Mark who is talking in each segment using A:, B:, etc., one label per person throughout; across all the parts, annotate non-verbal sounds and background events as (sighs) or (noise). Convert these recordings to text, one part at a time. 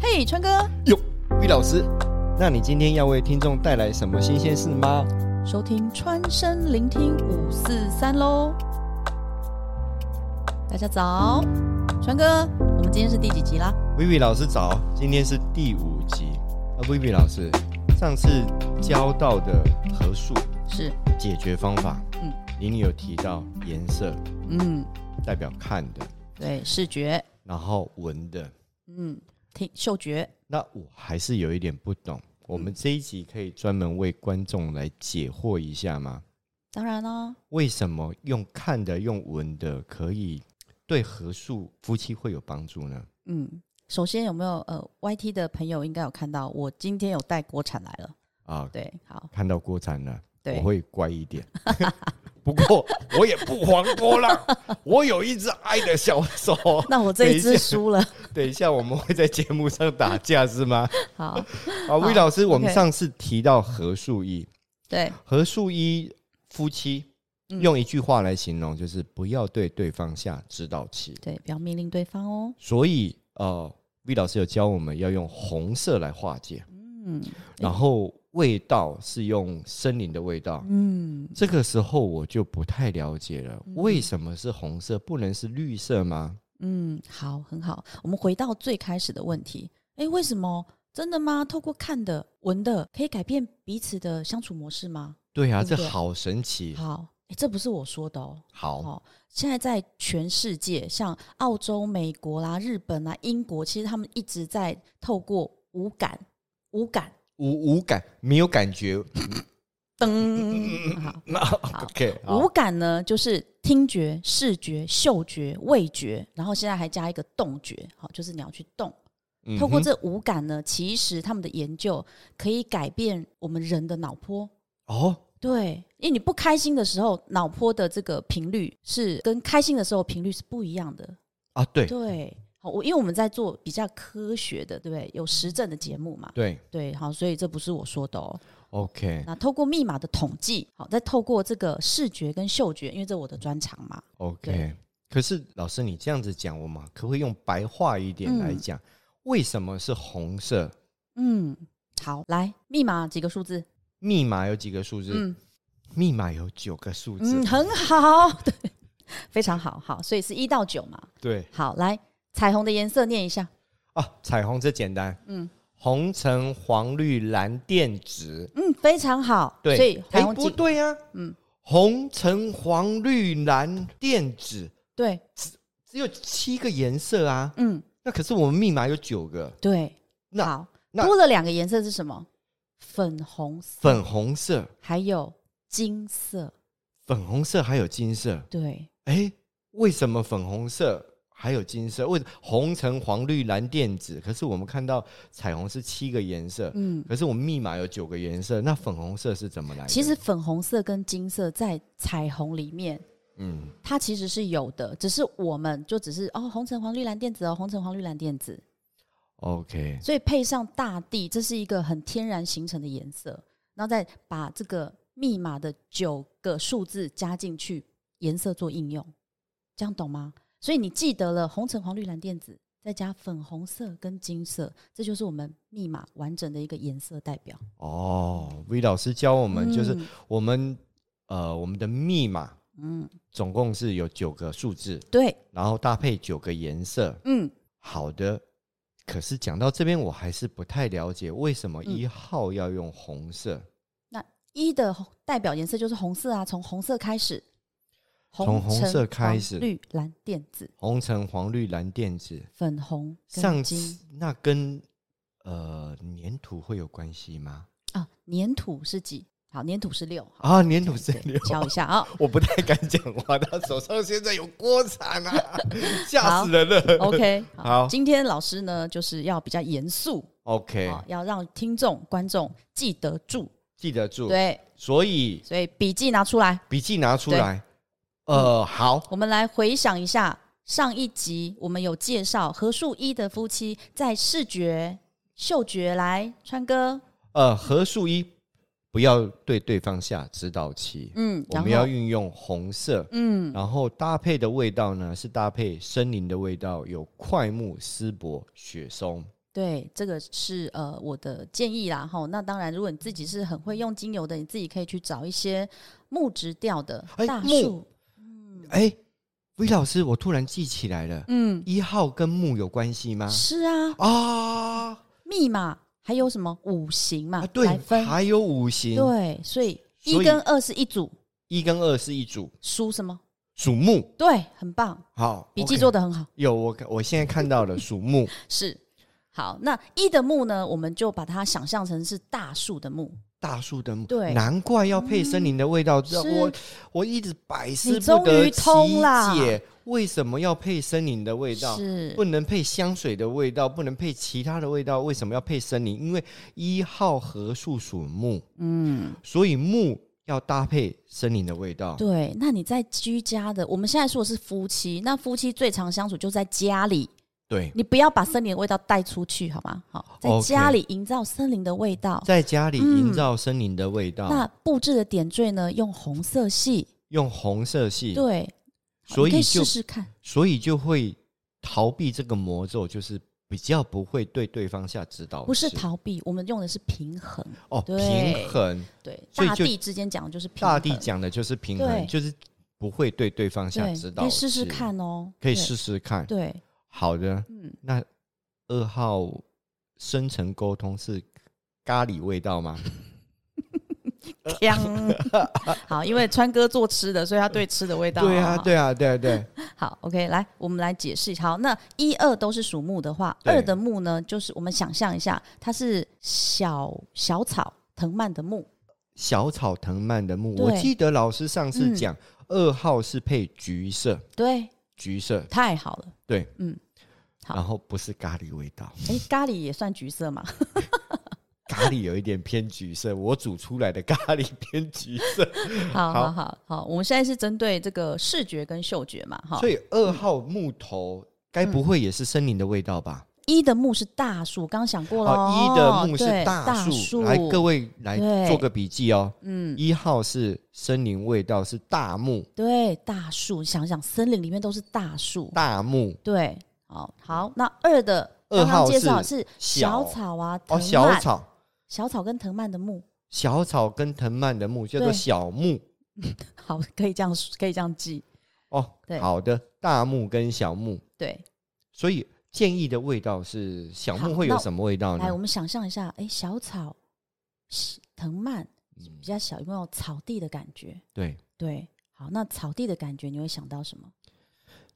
A: 嘿，川哥，
B: 哟，魏老师，那你今天要为听众带来什么新鲜事吗？
A: 收听川声聆听五四三喽。大家早，川哥，我们今天是第几集啦？
B: 薇薇老师早，今天是第五集。啊，薇薇老师，上次教到的合数
A: 是，
B: 解决方法，
A: 嗯
B: 嗯，您有提到颜色
A: 嗯，
B: 代表看的，
A: 对，视觉，
B: 然后闻的。
A: 嗯，听嗅觉，
B: 那我还是有一点不懂，我们这一集可以专门为观众来解惑一下吗？
A: 当然啦、
B: 为什么用看的、用闻的可以对合数夫妻会有帮助呢？
A: 嗯，首先有没有呃 YT 的朋友应该有看到，我今天有带国产来了。
B: 啊，
A: 对，好，
B: 看到锅铲了，
A: 对
B: 我会乖
A: (laughs)
B: 一点。 (laughs) 不过我也不黄波浪，我有一只爱的小手。
A: 那我这一
B: 等
A: 只
B: 一
A: 输了。
B: (laughs) 等一下我们会在节目上打架是吗？
A: 好，
B: 啊，魏老师，我们
A: OK
B: 上次提到何树一，
A: 对，
B: 何树一夫妻
A: 嗯
B: 用一句话来形容，就是不要对对方下指导棋。
A: 对，不要命令对方哦。
B: 所以，呃，魏老师有教我们要用红色来化解，
A: 嗯
B: 然后味道是用森林的味道。
A: 嗯，
B: 这个时候我就不太了解了，为什么是红色，不能是绿色吗？
A: 嗯，好，很好。我们回到最开始的问题，诶，为什么真的吗？透过看的、闻的，可以改变彼此的相处模式吗？
B: 对啊，
A: 对
B: 这
A: 不对
B: 好神奇。
A: 好，诶，这不是我说的哦。
B: 好，
A: 哦，现在在全世界，像澳洲、美国啦、日本啦、英国，其实他们一直在透过五感，五感，
B: 无无感，没有感觉。 (laughs)
A: 噔，好，
B: 那 OK，
A: 五
B: 好，
A: 感呢，就是听觉、视觉、嗅觉、味觉，然后现在还加一个动觉，好，就是你要去动。
B: 嗯哼
A: 透过这五感呢，其实他们的研究可以改变我们人的脑波。
B: 哦，
A: 对，因为你不开心的时候，脑波的这个频率是跟开心的时候频率是不一样的。
B: 啊，对
A: 对，好，我因为我们在做比较科学的，对不对？有实证的节目嘛，
B: 对
A: 对，好，所以这不是我说的哦。
B: ，OK
A: 那透过密码的统计，好，再透过这个视觉跟嗅觉，因为这我的专长嘛，对
B: OK。可是老师，你这样子讲，我们可不可以用白话一点来
A: 嗯
B: 讲？为什么是红色？
A: 嗯，好，来密码几个数字？
B: 密码有几个数字？
A: 嗯
B: 密码有九个数字。
A: 嗯，很好， (laughs) 对，非常好，好，所以是一到九嘛。
B: 对
A: 好，来彩虹的颜色念一下，
B: 啊，彩虹这简单。
A: 嗯
B: 嗯，红橙黄绿蓝靛紫。
A: 嗯，非常好。
B: 对，
A: 所以彩
B: 哎
A: 虹
B: 不
A: 几？
B: 对啊，
A: 嗯
B: 嗯，红橙黄绿蓝靛紫
A: 对，
B: 只有七个颜色啊，
A: 嗯，
B: 那可是我们密码有九个，
A: 对，
B: 那
A: 好，
B: 那
A: 多了两个颜色是什么？粉红色，
B: 粉红色、
A: 还有金色。
B: 粉红色还有金色，
A: 对，
B: 哎，为什么粉红色？还有金色，为红橙黄绿蓝靛紫，可是我们看到彩虹是七个颜色，
A: 嗯，
B: 可是我们密码有九个颜色，那粉红色是怎么来的？
A: 其实，粉红色跟金色在彩虹里面
B: 嗯，
A: 它其实是有的，只是我们就只是哦，红橙黄绿蓝靛紫哦，红橙黄绿蓝靛紫，
B: OK，
A: 所以配上大地，这是一个很天然形成的颜色，然后再把这个密码的九个数字加进去，颜色做应用，这样懂吗？所以你记得了红橙黄绿蓝靛紫，再加粉红色跟金色，这就是我们密码完整的一个颜色代表。嗯
B: 哦，V 老师教我
A: 我
B: 们，就是我们、呃我们的密码
A: 嗯，
B: 总共是有九个数字，
A: 对，
B: 然后搭配九个颜色。
A: 嗯，
B: 好的，可是讲到这边，我还是不太了解为什么
A: 嗯
B: 一号要用红色，
A: 一的红代表颜色就是红色啊，从红色开始，
B: 从红
A: 橙
B: 色开
A: 黄
B: 始
A: 绿蓝靛紫，
B: 红橙黄绿蓝靛紫。
A: 粉红跟
B: 上
A: 金
B: 次那跟呃粘土会有关系吗？
A: 啊，粘土是几？好，粘土是六，好
B: 啊，粘土是
A: 对
B: (laughs) 六。
A: 敲一下啊、
B: 我不太敢讲话，他手上现在有锅铲
A: (laughs)
B: 啊，吓死人了。
A: OK，
B: 好
A: 今天老师呢就是要比较严肃
B: OK，
A: 啊，要让听众观众记得住，
B: 记得住。
A: 对，
B: 所以
A: 所以笔记拿出来，
B: 笔记拿出来。呃，好，
A: 我们来回想一下上一集我们有介绍何树一的夫妻在视觉、嗅觉来，川哥，
B: 呃，何数一不要对对方下指导棋，
A: 嗯，
B: 我
A: 然
B: 们要
A: 后
B: 运用红色，
A: 嗯
B: 然后搭配的味道呢是搭配森林的味道，有快木、丝柏、雪松。
A: 对，这个是呃我的建议啦哈。那当然，如果你自己是很会用精油的，你自己可以去找一些木质调的
B: 哎
A: 大
B: 木
A: 树，
B: 哎、v 老师，我突然记起来了，
A: 嗯，
B: 一号跟木有关系吗？
A: 是啊，
B: 啊
A: 密码还有什么五行嘛、
B: 啊，
A: 来
B: 对，
A: 分，
B: 还有五行，
A: 对，所以一
B: 所以
A: 跟二是一组，
B: 一跟二是一组，
A: 属什么？
B: 属木。
A: 对，很棒，
B: 好，
A: 笔
B: OK
A: 记做的很好。
B: 有我看，我现在看到了属木，
A: 是，好，那一的木呢，我们就把它想象成是大树的木。
B: 大树的木，
A: 对嗯
B: 难怪要配森林的味道。这
A: 是
B: 我我一直百思
A: 你
B: 不
A: 终
B: 得
A: 于
B: 其
A: 通啦
B: 解，为什么要配森林的味道？
A: 是
B: 不能配香水的味道，不能配其他的味道，为什么要配森林？因为一号合数属木，
A: 嗯，
B: 所以木要搭配森林的味道。
A: 对。那你在居家的，我们现在说的是夫妻，那夫妻最常相处就在家里，
B: 对，
A: 你不要把森林的味道带出去，好吗？好，在
B: OK
A: 家里营造森林的味道。
B: 在家里
A: 嗯
B: 营造森林的味道，
A: 那布置的点缀呢，用红色系，
B: 用红色系，
A: 对，好
B: 所
A: 你可
B: 以
A: 以
B: 就
A: 试试看。
B: 所以就会逃避这个魔咒，就是比较不会对对方下指导，
A: 不是逃避，我们用的是平衡，
B: 哦，
A: 对
B: 平衡。
A: 对，
B: 所以
A: 大
B: 就
A: 地之间讲的就是平衡。
B: 大地讲的就是平衡，
A: 对
B: 就是不会对对方下
A: 对，
B: 指
A: 你
B: 导，
A: 可以试试，看哦，
B: 可以
A: 对
B: 试。试看。
A: 对，
B: (laughs) 好的，
A: 嗯，
B: 那二号深层沟通是咖喱味道吗？
A: 锵 (laughs) 好，因为川哥做吃的，所以他对吃的味道。
B: 对
A: 好
B: 啊，。对啊，对啊，对，
A: 好，OK，来，我们来解释一下。好，那一二都是属木的话，
B: 对
A: 二的木呢，就是我们想象一下，它是小小草藤蔓的木，
B: 小草藤蔓的木，
A: 对
B: 我记得老师上次
A: 嗯
B: 讲，二号是配橘色，
A: 对，
B: 橘色，
A: 太好了。
B: 对，
A: 嗯，好
B: 然后不是咖喱味道，
A: 哎，咖喱也算橘色嘛？ (laughs)
B: 咖喱有一点偏橘色，我煮出来的咖喱偏橘色，
A: 好好
B: 好
A: 好好，我们现在是针对这个视觉跟嗅觉嘛，哈
B: 所。以二号木头该
A: 嗯
B: 不会也是森林的味道吧？
A: 一的木是大树，刚刚想过了、
B: 哦，一的木是
A: 对
B: 大
A: 大
B: 树，来各位来
A: 对
B: 做个笔记哦。
A: 嗯，
B: 一号是森林味道，是大木，
A: 对，大树，想想森林里面都是大树，
B: 大木
A: 对，好好，那二的
B: 二
A: 刚刚
B: 号
A: 介绍
B: 是
A: 是
B: 小
A: 小草啊，藤
B: 哦，
A: 蔓、
B: 小草，
A: 小草跟藤蔓的木，
B: 小草跟藤蔓的木叫做
A: 对
B: 小木
A: 好，可以这样可以这样记，
B: 哦。
A: 对
B: 好的，大木跟小木，
A: 对，
B: 所以建议的味道是小木
A: 好
B: 会有
A: 那
B: 什么味道
A: 来我
B: 呢？
A: 们想象一下，哎，小草、是藤蔓
B: 嗯
A: 比较小，有没有草地的感觉？
B: 对，
A: 对，好，那草地的感觉你会想到什么？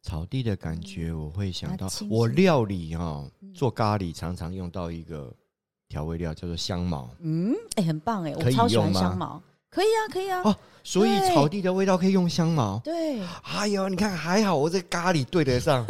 B: 草地的感觉，我会想
A: 它
B: 到
A: 嗯清
B: 我
A: 新
B: 料理哦，
A: 嗯
B: 做咖喱常常用到一个调味料叫做香茅，
A: 嗯，哎，很棒哎，
B: 可
A: 我
B: 以
A: 超喜
B: 用
A: 欢
B: 吗
A: 香茅，可以啊，可以啊，
B: 哦所以
A: 对
B: 草地的味道可以用香茅。
A: 对，
B: 哎呦，你看还好我这咖喱对得上，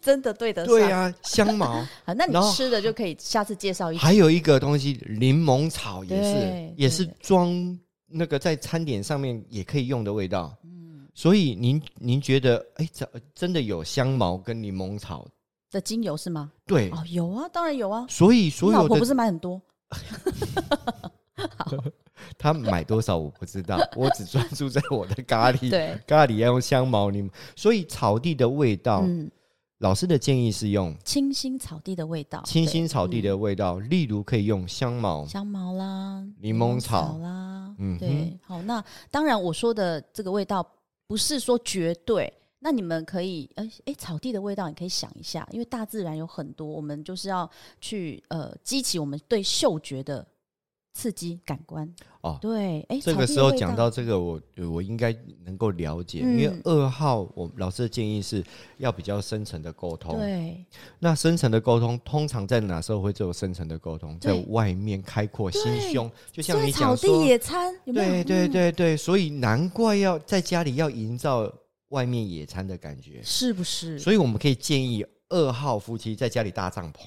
A: 真的对 (laughs) 得上。
B: 对啊，
A: (laughs)
B: 香茅。
A: 好，那你
B: 然后
A: 吃的就可以下次介绍一下。
B: 还有一个东西，柠檬草也是
A: 对，
B: 也是
A: 对
B: 装那个在餐点上面也可以用的味道。
A: 嗯
B: 所以您您觉得，哎、这真的有香茅跟柠檬草？
A: 的精油是吗？
B: 对，
A: 哦，有啊，当然有啊。
B: 所以
A: 我
B: 所
A: 老
B: 有
A: 婆不
B: 的
A: 是买很多，
B: 他买多少我不
A: (laughs)
B: 知道，我只专注在我的咖喱，
A: 对，
B: 咖喱要用香茅柠檬，所以草地的味道，
A: 嗯，
B: 老师的建议是用
A: 清新草地的味道，
B: 清
A: 对嗯
B: 新草地的味道，例如可以用香茅，
A: 香茅啦，
B: 柠檬草
A: 草啦，
B: 嗯哼
A: 对，好，那当然我说的这个味道不是说绝对。那你们可以，哎、哎、草地的味道，你可以想一下，因为大自然有很多，我们就是要去呃激起我们对嗅觉的刺激感官。
B: 哦
A: 对，哎、
B: 这
A: 草
B: 个
A: 地
B: 时
A: 的
B: 候
A: 味
B: 讲
A: 道
B: 到这个，我呃我应该能够了解，
A: 嗯
B: 因为二号我老师的建议是要比较深层的沟通。
A: 对
B: 那深层的沟通通常在哪时候会做深层的沟通？在
A: 对
B: 外面开阔心胸，就像
A: 在
B: 你
A: 草
B: 讲
A: 地
B: 说，
A: 野餐，有没有？
B: 对对
A: 嗯
B: 对对，所以难怪要在家里要营造外面野餐的感觉。
A: 是不是？
B: 所以我们可以建议二号夫妻在家里搭帐篷，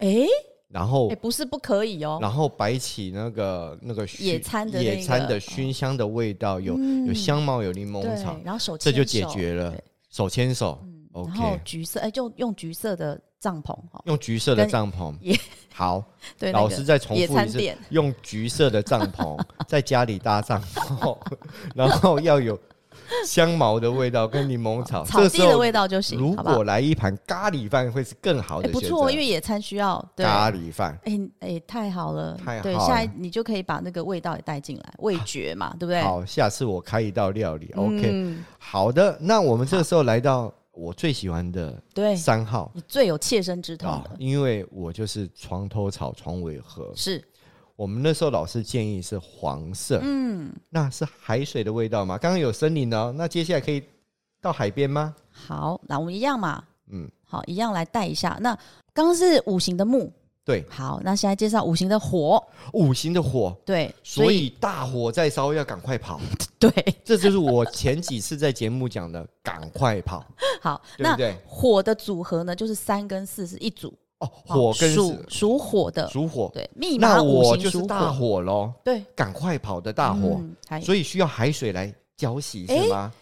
A: 哎、
B: 然后
A: 哎，不是不可以哦。
B: 然后摆起那个那个熏
A: 野餐的那
B: 野餐
A: 个
B: 的
A: 哦
B: 熏香的味道，有有
A: 嗯
B: 香茅，有柠檬
A: 对
B: 草，，
A: 然后手
B: 这就
A: 牵
B: 解
A: 手
B: 决了
A: 对。
B: 手牵手
A: 嗯，然后
B: ，OK，
A: 橘色，哎，就用橘色的帐篷哈，
B: 用橘色的
A: 跟
B: 帐篷
A: 野。
B: 好，
A: (laughs) 对，那
B: 老
A: 个
B: 师再重
A: 野
B: 复一
A: 餐
B: 次，
A: 垫， (laughs)
B: (laughs) 用橘色的帐篷在家里搭帐篷，然后要有香茅的味道跟柠檬草，
A: 草
B: 这时
A: 地的
B: 候
A: 味道就行，
B: 如
A: 好不好
B: 果？来一盘咖喱饭会是更好
A: 哎，
B: 的
A: 不
B: 选择。
A: 错，因为野餐需要对。
B: 咖喱饭，
A: 哎哎、太好了！
B: 太
A: 对，
B: 好了
A: 下一你就可以把那个味道也带进来，味觉嘛，对不对？
B: 好，下次我开一道料理。OK，
A: 嗯、
B: 好的，那我们这时候来到我最喜欢的
A: 对
B: 三号
A: 你最有切身之痛
B: 啊
A: 的、，
B: 因为我就是床头草，床尾和。
A: 是
B: 我们那时候老师建议是黄色，嗯，那是海水的味道吗？刚刚有森林哦，那接下来可以到海边吗？
A: 好，那我们一样嘛，
B: 嗯，
A: 好，一样来带一下。那刚刚是五行的木，
B: 对，
A: 好，那现在介绍五行的火，
B: 五行的火，
A: 对，
B: 所
A: 所
B: 以大火在烧，要赶快跑。
A: (laughs) 对，
B: 这就是我前几次在节目讲的，赶快跑，
A: 好，
B: 对
A: 那
B: 不对？
A: 火的组合呢，就是三跟四是一组，
B: 哦，
A: 好
B: 火跟
A: 属属火的，
B: 属火，
A: 对，密码
B: 那
A: 五
B: 我
A: 行
B: 就是
A: 属
B: 大
A: 火，
B: 火喽，
A: 对，
B: 赶快跑的大火，
A: 嗯，还
B: 所以需要海水来浇洗
A: 诶
B: 是吗？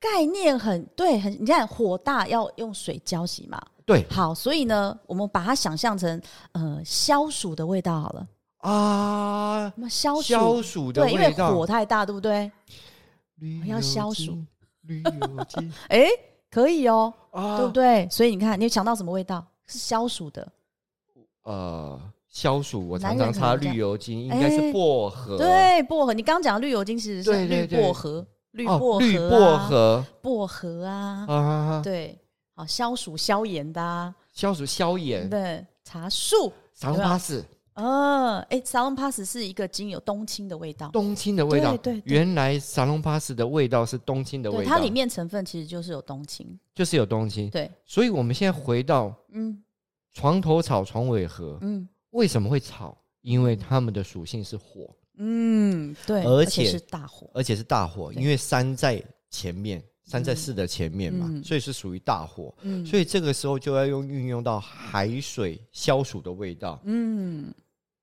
A: 概念很对，很你看火大要用水浇洗嘛，
B: 对
A: 好，所以呢，我们把它想象成呃消暑的味道好了，
B: 啊，
A: 那么消暑
B: 消暑的
A: 对，因为
B: 味
A: 火
B: 道，
A: 太大，对不对？
B: 旅
A: 要
B: 游
A: 消暑 (laughs)
B: 精，旅游精
A: 哎，可以哦，
B: 啊，
A: 对不对？所以你看，你想到什么味道是消暑的？
B: 呃，消暑我
A: 男
B: 常
A: 人
B: 常
A: 可
B: 擦
A: 能这样
B: 绿油精，应该是
A: 诶
B: 薄荷，
A: 对，薄荷。你刚刚讲的绿油精其实是
B: 对
A: 绿
B: 对对
A: 薄荷、绿
B: 哦
A: 薄荷、啊
B: 绿薄、荷
A: 薄荷啊，
B: 啊，
A: 对，好消暑消炎的、啊，
B: 消暑消炎，
A: 对，茶树。
B: 三
A: 对吧
B: 八四
A: 嗯，哎、沙龙 pass 是一个精油冬青的味道，
B: 冬青的味道，
A: 对对对
B: 原来沙龙巴斯的味道是冬青的味
A: 对，
B: 道，
A: 它里面成分其实就是有冬青，
B: 就是有冬青，
A: 对，
B: 所以我们现在回到
A: 嗯
B: 床头草、床尾和，
A: 嗯
B: 为什么会吵？因为它们的属性是火，
A: 嗯，对，
B: 而
A: 而
B: 且
A: 是大火，
B: 而且是大火，
A: 对
B: 因为三在前面，三在四的前面嘛，
A: 嗯
B: 所以是属于大火。
A: 嗯
B: 呃所以这个时候就要用运用到海水消暑的味道，
A: 嗯，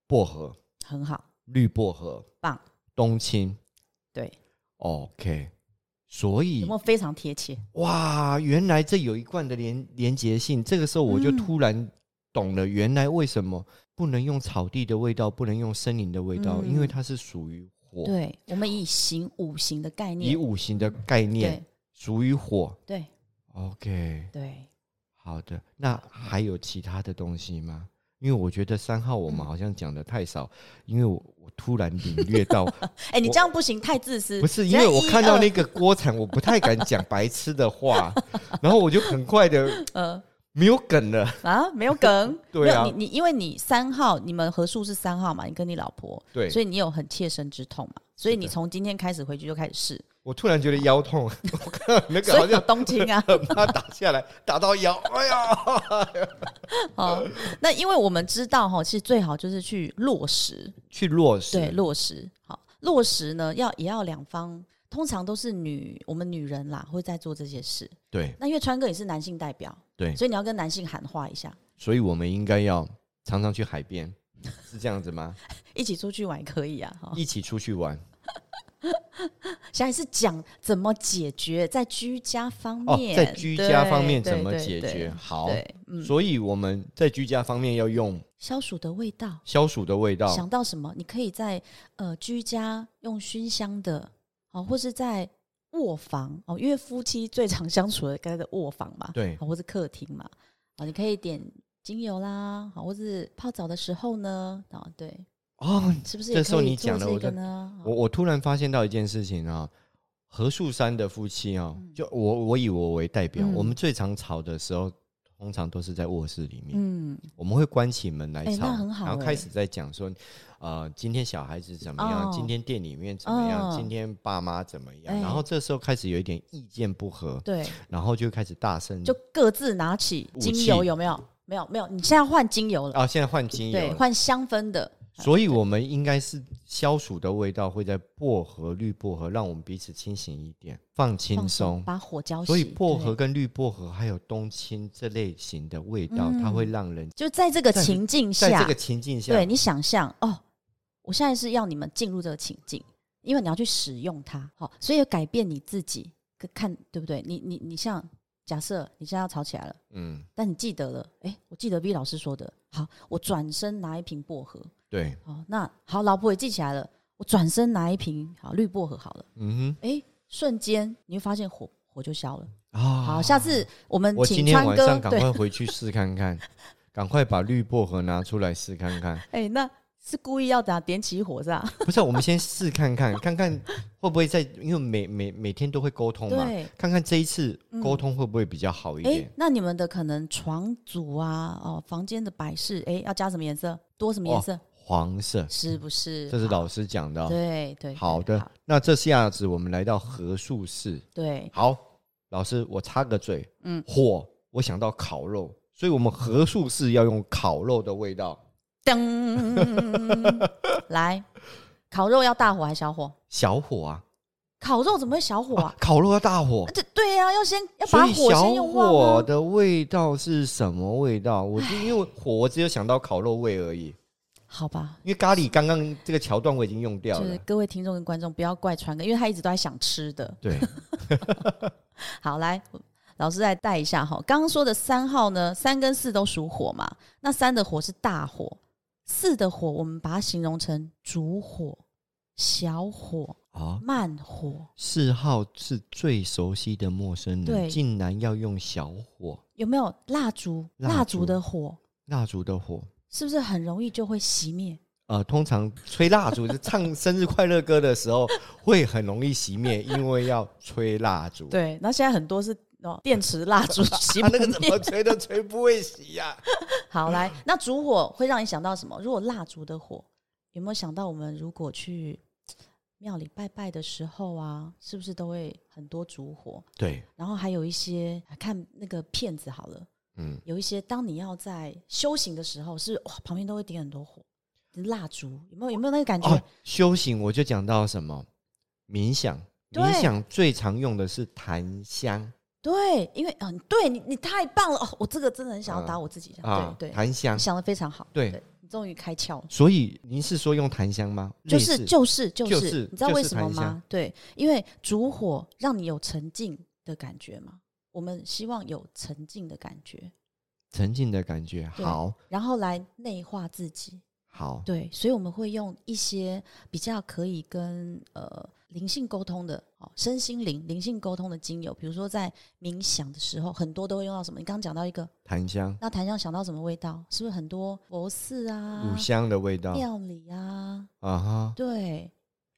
B: 薄荷、
A: 很好，
B: 绿薄荷、
A: 棒，
B: 冬青。
A: 对，
B: OK，
A: 有
B: 所以
A: 没有非常贴切？
B: 哇，原来这有一贯的连连结性。这个时候我就
A: 嗯
B: 突然懂了，原来为什么不能用草地的味道，不能用森林的味道，
A: 嗯
B: 因为它是属于火，
A: 对，我们以形五行的概
B: 以
A: 念，
B: 五行的概念
A: 对
B: 属于火。
A: 对
B: OK，
A: 对，
B: 好的。那还有其他的东西吗？因为我觉得三号
A: 嗯
B: 我们好像讲的太少，因为我我突然领略
A: (laughs)
B: 到，
A: 哎、你这样不行，太自私，
B: 不是
A: 只
B: 因为
A: 要
B: 我
A: 一
B: 看到
A: 二
B: 那个锅铲，我不太敢讲白痴
A: (laughs)
B: 的话，然后我就很快的
A: 呃
B: 没有梗了。，
A: 啊，没有梗
B: (laughs) 对啊
A: 没有你你因为你三号，你们合数是三号嘛，你跟你老婆，
B: 对，
A: 所以你有很切身之痛嘛，所以你从今天开始回去就开始试，
B: 我突然觉得腰痛， (laughs) 我看到那个
A: 所
B: 好
A: 以有
B: 像，
A: 东京啊
B: 很怕打下来，打到腰，哎呀，
A: 哦，
B: (laughs)
A: 那因为我们知道哈，其实最好就是去落实，
B: 去落实，
A: 对，落实好，落实呢要也要两方，通常都是女我们女人啦会在做这些事，
B: 对
A: 那因为川哥也是男性代表，
B: 对
A: 所以你要跟男性喊话一下，
B: 所以我们应该要常常去海边，是这样子吗？
A: 一起出去玩也可以啊，哈、
B: 一起出去玩
A: 现在是讲怎么解决在居家方
B: 哦
A: 面，，
B: 在居家方面
A: 对
B: 怎么
A: 对
B: 解
A: 对
B: 决？好，
A: 对，嗯，
B: 所以我们在居家方面要用
A: 消暑的味道，
B: 消暑的味道，
A: 想到什么？你可以在呃居家用熏香的哦，或是在卧房哦，因为夫妻最常相处的该在卧房嘛，
B: 对
A: 哦或是客厅嘛，啊、你可以点精油啦，哦好、或是泡澡的时候呢，啊、对，
B: 哦。
A: 是不是
B: 这
A: 也
B: 时候
A: 可以
B: 你
A: 做
B: 讲了
A: 这
B: 我
A: 个
B: 就
A: 呢？哦
B: 我我突然发现到一件事情啊，何树山的夫妻啊，就我我以我为代表，
A: 嗯
B: 我们最常吵的时候，通常都是在卧室里面。
A: 嗯，
B: 我们会关起门来
A: 哎
B: 吵，
A: 那很好
B: 然后
A: 哎
B: 开始在讲说，呃，今天小孩子怎么样，
A: 哦
B: 今天店里面怎么样，
A: 嗯
B: 今天爸妈怎么样，
A: 哎
B: 然后这时候开始有一点意见不合，
A: 对，
B: 然后就开始大声，
A: 就各自拿起
B: 武器
A: 精油，有没有？没有，没有，你现在换精油了，
B: 啊，现在换精油
A: 对，
B: 了，
A: 换香氛的，
B: 所以我们应该是消暑的味道会在薄荷、绿薄荷，让我们彼此清醒一点，放轻
A: 放
B: 松。
A: 把火浇熄。
B: 所以薄
A: 对
B: 荷跟绿薄荷还有冬青这类型的味道，它会让人
A: 就在这个
B: 在
A: 情境
B: 在
A: 嗯下
B: 这个，情境下
A: 对你想象哦，我现在是要你们进入这个情境，因为你要去使用它，好、所以要改变你自己，可看对不对？你你你像假设你现在要吵起来了，
B: 嗯，
A: 但你记得了，哎，我记得 V 老师说的，好，我转身拿一瓶薄荷，哦
B: 对，
A: 好，那好，老婆也记起来了，我转身拿一瓶好绿薄荷好了，
B: 嗯哼，
A: 哎，瞬间你会发现火火就消了。
B: 啊
A: 好，下次我们
B: 我今
A: 请
B: 天
A: 川
B: 晚
A: 哥
B: 上赶
A: 对，
B: 快回去试看看，
A: (laughs)
B: 赶快把绿薄荷拿出来试看看。
A: 哎、那是故意要打点起火是吧？
B: 不是，我们先试看看，看看会不会在，因为每每每天都会沟通嘛，
A: 对，嗯
B: 看看这一次沟通会不会比较好一
A: 哎、
B: 点。
A: 那你们的可能床组啊，哦，房间的摆饰，哎、要加什么颜色？多什么颜
B: 哦
A: 色？
B: 黄色，
A: 是不是？
B: 这是
A: 好
B: 老师讲的哦、
A: 对对，
B: 好
A: 对
B: 的，那这下子我们来到合数式。
A: 对，
B: 好，老师，我插个嘴，
A: 嗯
B: 火，我想到烤肉，所以我们合数式要用烤肉的味道，
A: 噔， (laughs) 来，烤肉要大火还是小火？
B: 小火啊，
A: 烤肉怎么会小火啊？
B: 烤肉要大火
A: 啊，这对呀、要先要
B: 所
A: 把
B: 以
A: 火
B: 小
A: 先用旺、
B: 火
A: 啊。
B: 的味道是什么味道？我就因为火，我只有想到烤肉味而已。
A: 好吧，
B: 因为咖喱刚刚这个桥段我已经用掉
A: 就
B: 了。
A: 是各位听众跟观众不要怪川哥，因为他一直都在想吃的。
B: 对，
A: (laughs) 好，来，老师再带一下哈。刚刚说的三号呢，三跟四都属火嘛，那三的火是大火，四的火我们把它形容成主火、小火、
B: 啊，
A: 慢火。
B: 四号是最熟悉的陌生
A: 对
B: 人，竟然要用小火
A: 有没有蜡烛？
B: 蜡烛
A: 蜡烛的火
B: 蜡烛的火。
A: 是不是很容易就会熄灭？
B: 呃，通常吹蜡烛就唱生日快乐歌的时候，会很容易熄灭，因为要吹蜡烛。
A: 对，那现在很多是哦，电池蜡烛 (laughs) 熄
B: 啊，那个
A: 不
B: 怎
A: 灭。
B: 么吹都吹不会熄呀、
A: 好，来，那烛火会让你想到什么？如果蜡烛的火，有没有想到我们如果去庙里拜拜的时候啊，是不是都会很多烛火？
B: 对，
A: 然后还有一些啊看那个片子好了，
B: 嗯，
A: 有一些当你要在修行的时候是，哇，旁边都会点很多火，蜡烛有没有有没有那个感觉？
B: 哦，修行我就讲到什么冥想，
A: 对
B: 冥想最常用的是檀香
A: 对，因为嗯、对你你太棒了哦，我这个真的很想要打我自己一下，
B: 啊，
A: 对对，
B: 檀香
A: 你。想的非常好，
B: 对
A: 你终于开窍了。
B: 所以您是说用檀香吗？
A: 就
B: 类
A: 是
B: 似
A: 就是就，
B: 就是是
A: 你知道
B: 就
A: 为
B: 是
A: 什么
B: 檀香
A: 吗？对，因为烛火让你有沉静的感觉嘛。我们希望有沉静的感觉，
B: 沉浸的感觉。
A: 对
B: 好，
A: 然后来内化自己。
B: 好，
A: 对，所以我们会用一些比较可以跟呃灵性沟通的，哦，身心灵灵性沟通的精油，比如说在冥想的时候，很多都会用到什么？你刚刚讲到一个，
B: 檀香、
A: 那檀香想到什么味道？是不是很多佛寺啊
B: 乳、香的味道
A: 庙里啊？
B: 啊
A: 对，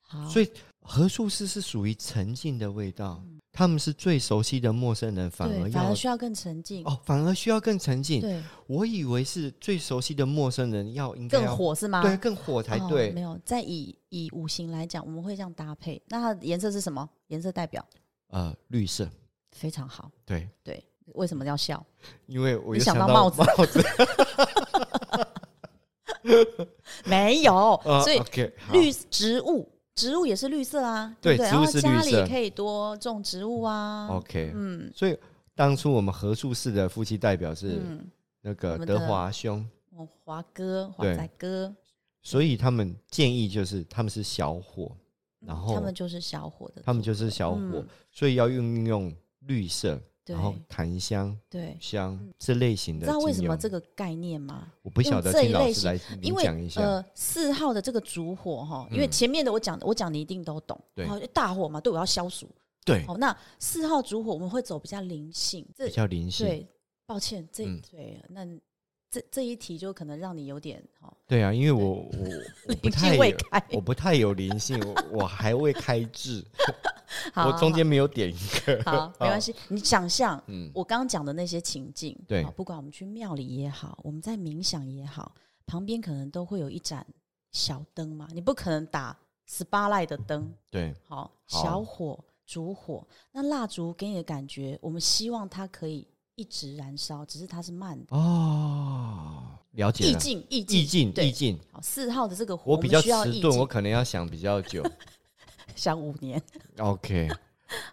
A: 好，
B: 哈。所以何术师是属于沉浸的味道，他们是最熟悉的陌生人，反
A: 嗯对
B: 而
A: 反
B: 要
A: 而需要更沉静。
B: 哦，反而需要更沉浸。
A: 对，
B: 我以为是最熟悉的陌生人要应该
A: 更
B: 要
A: 火是吗？
B: 对更火才
A: 哦
B: 对
A: 没。有，再以以五行来讲，我们会这样搭配。那它的颜色是什么？颜色代表
B: 呃，绿色
A: 非常好。
B: 对，
A: 对，为什么要笑？
B: 因为我
A: 你
B: 又
A: 想到
B: 到
A: 帽子
B: 帽子， (laughs)
A: 没有，
B: 呃
A: 所以
B: OK 好
A: 绿植物，植物也是绿色啊，
B: 对
A: 不对？
B: 植
A: 然
B: 物
A: 后
B: 是
A: 家
B: 绿
A: 里
B: 色哦
A: 可以多种植物啊。
B: OK，
A: 嗯
B: 所以当初我们何术师的夫妻代表是
A: 嗯，
B: 那
A: 我
B: 个
A: 们
B: 德
A: 的
B: 华兄。
A: 我哦华哥、华
B: 对
A: 仔哥，
B: 所以他们建议就是他们是小火，然后
A: 他们就是小火的，
B: 他们就是小火，
A: 嗯
B: 所以要运用绿色，
A: 对
B: 然后檀香、
A: 对。
B: 香这类型
A: 你
B: 的
A: 知道
B: 精油。
A: 为什么这个概念吗？
B: 我不晓得，
A: 用这一
B: 请老
A: 类
B: 师
A: 型
B: 来
A: 因
B: 您
A: 为
B: 讲一下。嗯
A: 呃，四号的这个烛火哈，因为前面的我讲，我讲你一定都懂。
B: 对
A: 哦大火嘛，对我要消暑。
B: 对，
A: 好，那四号烛火我们会走比较灵性，这
B: 比较灵性。
A: 对，抱歉，这、
B: 嗯
A: 对，那这这一题就可能让你有点哦哈，
B: 对啊，因为我
A: (laughs)
B: 我我不
A: 灵
B: 太
A: 性未
B: 有
A: 开。
B: 我不太有灵性，我我还未开
A: (laughs)
B: 智，
A: 好，
B: 我中间没有点一
A: (laughs)
B: 个。
A: 好好没关系，你想象
B: 嗯，
A: 我刚刚讲的那些情境，
B: 对
A: 好不管我们去庙里也好，我们在冥想也好，旁边可能都会有一盏小灯嘛，你不可能打 SPA light 的灯，
B: 对，
A: 好，
B: 好
A: 小火烛火，那蜡烛给你的感觉，我们希望它可以一直燃烧，只是它是慢的。
B: 哦，了解
A: 意
B: 了。
A: 境，意境，
B: 意境，
A: 对
B: 意境，
A: 好，四号的这个火，
B: 我
A: 们
B: 比较
A: 需要
B: 迟
A: 意
B: 钝，
A: 境
B: 我可能要想比较
A: (laughs)
B: 久。
A: 想五年
B: OK，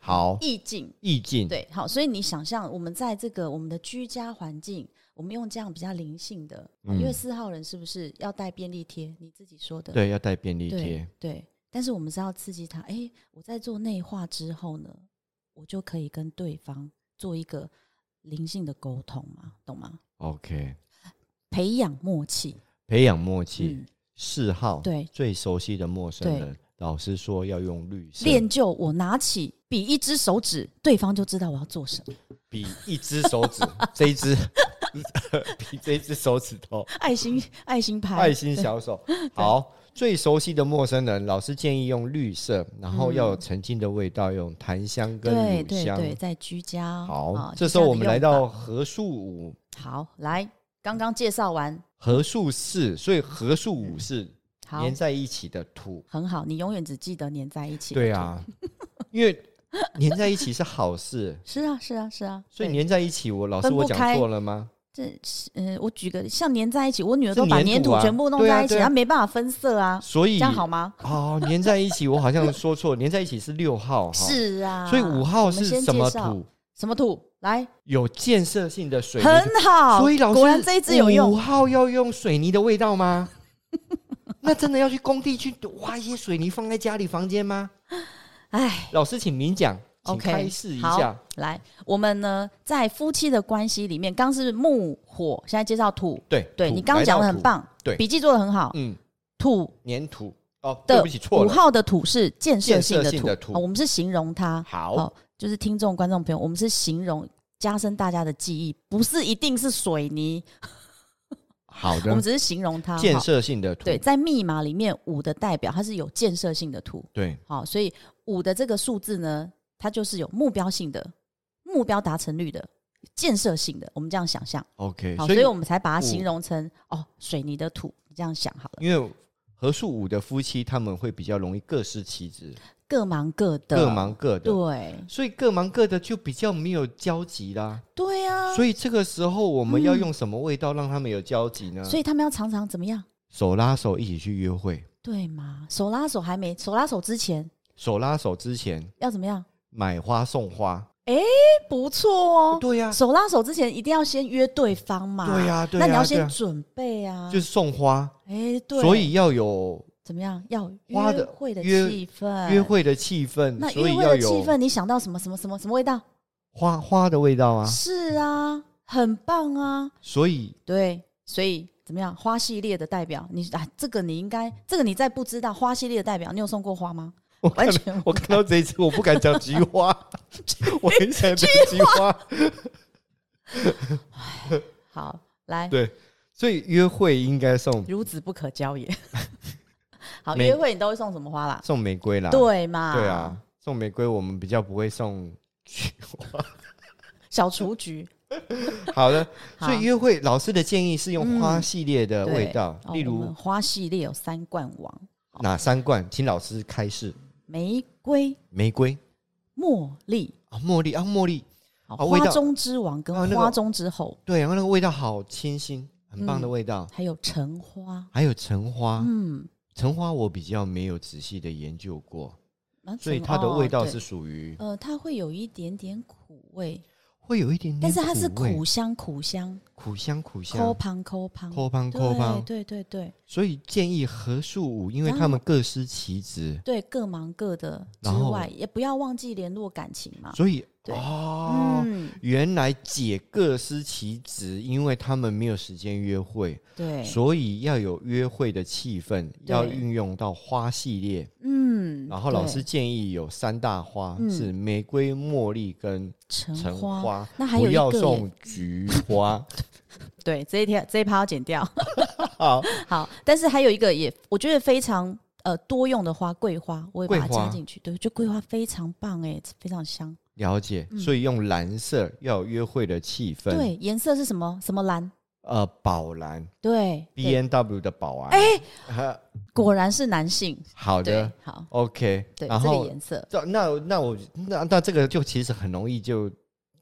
B: 好，
A: 意境。
B: 意境，
A: 对，好，所以
B: 嗯
A: 你想象我们在这个我们的居家环境，我们用这样比较灵性的，好因为
B: 嗯
A: 四号人是不是要带便利贴？你自己说的，
B: 对，要带便利贴
A: 对，对，但是我们是要刺激他，诶，我在做内化之后呢，我就可以跟对方做一个灵性的沟通嘛，懂吗？
B: OK，
A: 培养默契，
B: 培养默契，
A: 嗯，
B: 嗜好，
A: 对
B: 最熟悉的陌生人，老师说要用绿色，
A: 练就我拿起比一只手指，对方就知道我要做什么。
B: 比一只手
A: (laughs)
B: 指，这一只 (laughs) 比这一只手指头，
A: 爱心爱心牌，
B: 爱心小手。好，最熟悉的陌生人，老师建议用绿色，然后要有沉静的味道，用檀香跟
A: 对
B: 乳
A: 对
B: 香。
A: 对，在居家。
B: 好
A: 啊，
B: 这
A: 居
B: 时候
A: 家
B: 我
A: 的
B: 们来
A: 用法
B: 到合数五、
A: 好来，刚刚介绍完，
B: 合数四，所以合数五是
A: 好
B: 粘，在一起的土。
A: 很好，你永远只记得粘在一起。
B: 对，啊，因为粘在一起是好事，
A: 是啊是啊是啊。
B: 所以
A: 对
B: 粘在一起，我老师
A: 分不
B: 我讲
A: 开
B: 错了吗？
A: 这是呃，我举个像粘在一起，我女儿都
B: 是
A: 把
B: 粘
A: 粘
B: 土
A: 土
B: 啊
A: 全部弄
B: 对啊
A: 在一起，
B: 对啊
A: 她没办法分色啊，
B: 所
A: 这
B: 以
A: 样好吗？
B: 哦，粘在一起，我好像说错，粘在一起是六号哈。，
A: 是啊，
B: 所以五号
A: 我们
B: 是
A: 先
B: 什么
A: 介绍？
B: 土？
A: 什么土？来，
B: 有建设性的水泥土。
A: 很好，
B: 所以老师，
A: 果然这一支有
B: 五
A: 用。
B: 号要用水泥的味道吗？ (laughs) 那真的要去工地去挖一些水泥放在家里房间吗？
A: 哎
B: 老师，请明讲，请开
A: ，OK，
B: 示一
A: 好
B: 下。，
A: 来，我们呢在夫妻的关系里面，刚是木火，现在介绍土，
B: 对，
A: 对
B: 土
A: 你刚刚讲的很，
B: 来到
A: 棒，
B: 对
A: 笔记做的很好
B: 土。嗯，
A: 土
B: 粘土哦，对
A: 的
B: 不起，错
A: 五
B: 了。
A: 号的土是建设性
B: 建设
A: 的
B: 性
A: 土，
B: 的土
A: 哦我们是形容它，
B: 好
A: 好，就是听众观众朋友，我们是形容。加深大家的记忆，不是一定是水泥，
B: 好
A: 我们
B: 的，
A: 只是形容它。
B: 建
A: 好
B: 设性的土，
A: 对，在密码里面，五的代表它是有建设性的土，
B: 对，
A: 好，所以五的这个数字呢，它就是有目标性的、目标达成率的、建设性的，我们这样想象。
B: OK，
A: 好，
B: 所
A: 所
B: 以
A: 以我们才把它
B: 五
A: 形容成哦，水泥的土，你这样想好了，
B: 因为合数五的夫妻，他们会比较容易各司其职，
A: 各忙各的，
B: 各忙各的，
A: 对
B: 所以各忙各的就比较没有交集啦。
A: 对啊，
B: 所以这个时候，我们要用什么味道让他们有交集呢？
A: 所以他们要常常怎么样？
B: 手拉手一起去约会，
A: 对嘛，手拉手还没手拉手之前
B: 手拉手之前
A: 要怎么样？
B: 买花送花，
A: 哎，不错哦。
B: 对呀、
A: 手拉手之前一定要先约对方嘛，
B: 对呀对呀
A: 那
B: 啊
A: 你要
B: 对呀
A: 先准备啊，
B: 就是送花，
A: 哎，对，
B: 所以要有
A: 怎么样？要
B: 花
A: 约
B: 的
A: 会的
B: 约
A: 气氛，
B: 约会的气氛，
A: 那
B: 所
A: 约
B: 以
A: 会
B: 要
A: 的气
B: 有
A: 氛，你想到什么什么什么什么味道？
B: 花花的味道啊。
A: 是啊，很棒啊，
B: 所以
A: 对，所以怎么样？花系列的代表，你啊，这个你应该，这个你再不知道，花系列的代表，你有送过花吗？
B: 我看
A: 完
B: 到 (laughs)
A: 全
B: 我看到这一次，我不敢讲菊
A: (laughs)
B: 花，我很想讲菊花。
A: 好，来，
B: 对，所以约会应该送
A: 孺子不可教
B: (laughs)
A: 也。好，
B: 每
A: 约会你都会送什么花啦？
B: 送玫瑰啦。
A: 啊对嘛？
B: 对啊，，送玫瑰我们比较不会送菊花。
A: 小雏菊，
B: (laughs) 好的，
A: (laughs) 好
B: 所以约会老师的建议是用花系列的
A: 对
B: 味道，
A: 哦我
B: 例如
A: 们花系列有三冠王：
B: 哪三罐？请老师开示。
A: 玫瑰、
B: 玫瑰
A: 茉莉，
B: 啊，茉莉啊，茉莉，
A: 好
B: 哦味道
A: 花中之王跟
B: 啊那个
A: 花中之后，
B: 对，然后那个味道好清新，很棒的味道。
A: 还有橙花。
B: 还有橙花，
A: 嗯，
B: 橙花我比较没有仔细的研究过，
A: 啊
B: 所以
A: 什么
B: 它的味道
A: 哦
B: 是
A: 对
B: 属于
A: 呃，它会有一点点苦味，
B: 会有一点点，
A: 但是它是
B: 嗯味
A: 苦香苦香，
B: 苦香苦
A: 抠
B: 香，
A: 旁抠旁，
B: 抠帮抠
A: 对
B: 帮，
A: 对对对
B: 所以建议合数五，
A: 哦
B: 因为他们各司其职，
A: 对，各忙各的之
B: 然后
A: 外，也不要忘记联络感情嘛。
B: 所以
A: 对
B: 哦，
A: 嗯，
B: 原来姐各司其职，因为他们没有时间约会，
A: 对，
B: 所以要有约会的气氛，要运用到花系列。
A: 嗯，
B: 然后老师
A: 对
B: 建议有三大花，
A: 嗯
B: 是玫瑰、茉莉跟橙
A: 橙花，
B: 花，
A: 那还有
B: 不
A: 一
B: 要
A: 个
B: 送
A: 耶，
B: 菊花。
A: 对，这一天这一趴要剪掉。
B: (laughs) 好，
A: 好，但是还有一个也我觉得非常呃多用的花，桂花，我也把它
B: 桂花
A: 加进去。对，就桂花非常棒哎，非常香。
B: 了解。所以用蓝色要有约会的气氛。，
A: 嗯对，颜色是什么？什么蓝？
B: 呃，宝蓝
A: 对，
B: B
A: 对
B: N W 的宝
A: (laughs)
B: 蓝。哎，
A: 果然是男性。
B: 好
A: 对
B: 的，
A: 好，
B: ，OK。
A: 对，
B: 然
A: 这个
B: 后
A: 颜色，
B: 这那那我那那这个就其实很容易就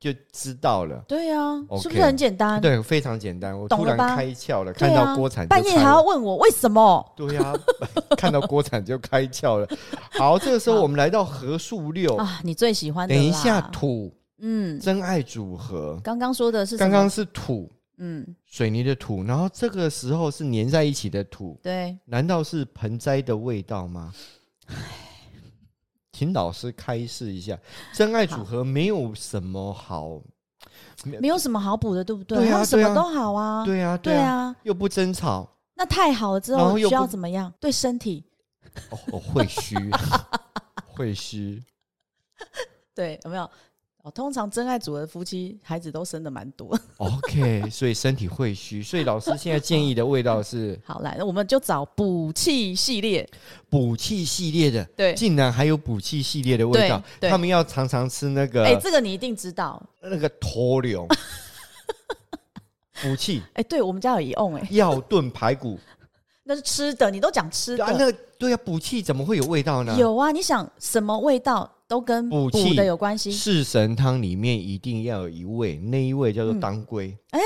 B: 就知道了。
A: 对啊
B: OK
A: 是不是很简单？
B: 对，非常简单。我
A: 懂
B: 突
A: 了
B: 然
A: 吧
B: 开窍了，
A: 对
B: 看
A: 啊
B: 到锅铲就
A: 半夜
B: 开
A: 还要
B: 了哦
A: 问我为什么？
B: 对呀、 (laughs) 看到锅铲就开窍了。好，这个时
A: (laughs)
B: 候
A: 好
B: 我们来到合数六，
A: 啊，你最喜欢的
B: 等
A: 啦。
B: 一下土
A: 嗯，
B: 真爱组合，
A: 刚刚说的是什
B: 刚
A: 么
B: 刚，是土
A: 嗯，
B: 水泥的土，然后这个时候是粘在一起的土，
A: 对，
B: 难道是盆栽的味道吗？ (sighs) 请老师开示一下，真爱组合没有什么好，
A: 没有什么好补的，对不对？
B: 对啊
A: 然后什
B: 对啊
A: 么都好啊，
B: 对啊，
A: 对
B: 啊，
A: 啊，
B: 又不争吵，
A: 那太好了之
B: 然
A: 后
B: 后又
A: 需要
B: 不
A: 怎么样？对身体
B: 哦，哦会虚， (laughs) 会虚，
A: 对，有没有？哦，通常真爱组合的夫妻，孩子都生的蛮多。 (laughs)
B: OK，所以身体会虚，所以老师现在建议的味道是
A: 好，来，那我们就找补气系列。
B: 补气系列的，
A: 对，
B: 竟然还有补气系列的味道。
A: 对对
B: 他们要常常吃那个、
A: 哎、这个你一定知道。
B: 那个头瘤，补气
A: 哎、对我们家有一瓮，哎，
B: 药炖排骨
A: 那是吃的，你都讲吃的。
B: 啊，那个对啊，补气怎么会有味道呢？
A: 有啊，你想什么味道都跟
B: 补
A: 补
B: 气
A: 的有关系。
B: 四神汤里面一定要有一味，那一味叫做当归。哎、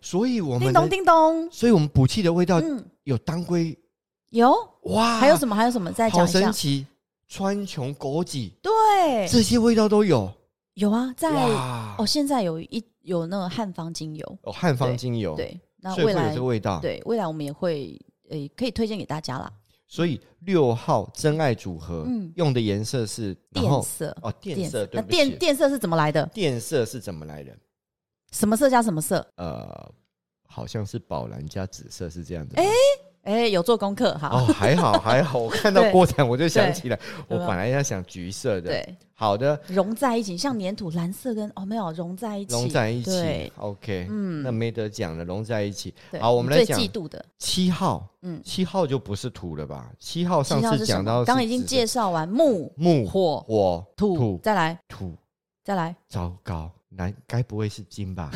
B: 所以我
A: 嗯叮
B: 们
A: 咚
B: 的，啊
A: 叮咚，
B: 所以我们补气的味道
A: 嗯，
B: 有当归，
A: 有，
B: 哇，
A: 还有什么？还有什么？再讲
B: 啊好
A: 一下
B: 神。奇，川穹枸杞
A: 对，
B: 这些味道都有。
A: 有啊，在
B: 哇
A: 哦，，现在有一有那个汉方精油，
B: 哦，汉方精油，，
A: 对，那
B: 所以
A: 未
B: 会有
A: 来
B: 这个味道。
A: 对未来我们也会诶、可以推荐给大家啦。
B: 所以六号真爱组合，
A: 嗯
B: 用的颜色是，然
A: 电
B: 后
A: 色，
B: 哦，电色，对
A: 那
B: 不
A: 电
B: 起，
A: 电色是怎么来的？
B: 电色是怎么来的？
A: 什么色加什么色？
B: 呃，好像是宝蓝加紫色，是这样子吗。
A: 哎、有做功课哈。
B: 哦，
A: (laughs)
B: 还好还好，我看到
A: 对
B: 锅铲我就想起来，我
A: 有没有
B: 本来要想橘色的。
A: 对，
B: 好的，
A: 融在一起，像粘土，蓝色跟哦没有融在一起，
B: 融在一
A: 对
B: 起，，OK，
A: 嗯
B: 那没得讲了，融在一起。
A: 对
B: 好我们来
A: 最
B: 讲
A: 嫉妒的，
B: 七号，
A: 嗯，
B: 七号就不是土了吧？七号上
A: 七号
B: 次
A: 是什
B: 讲
A: 么
B: 到是
A: 刚刚已经
B: 紫色
A: 介绍完木、
B: 木
A: 火、
B: 火
A: 土，
B: 土
A: 再来
B: 土，
A: 再来，
B: 糟糕，难该不会是
A: (laughs)
B: 金吧？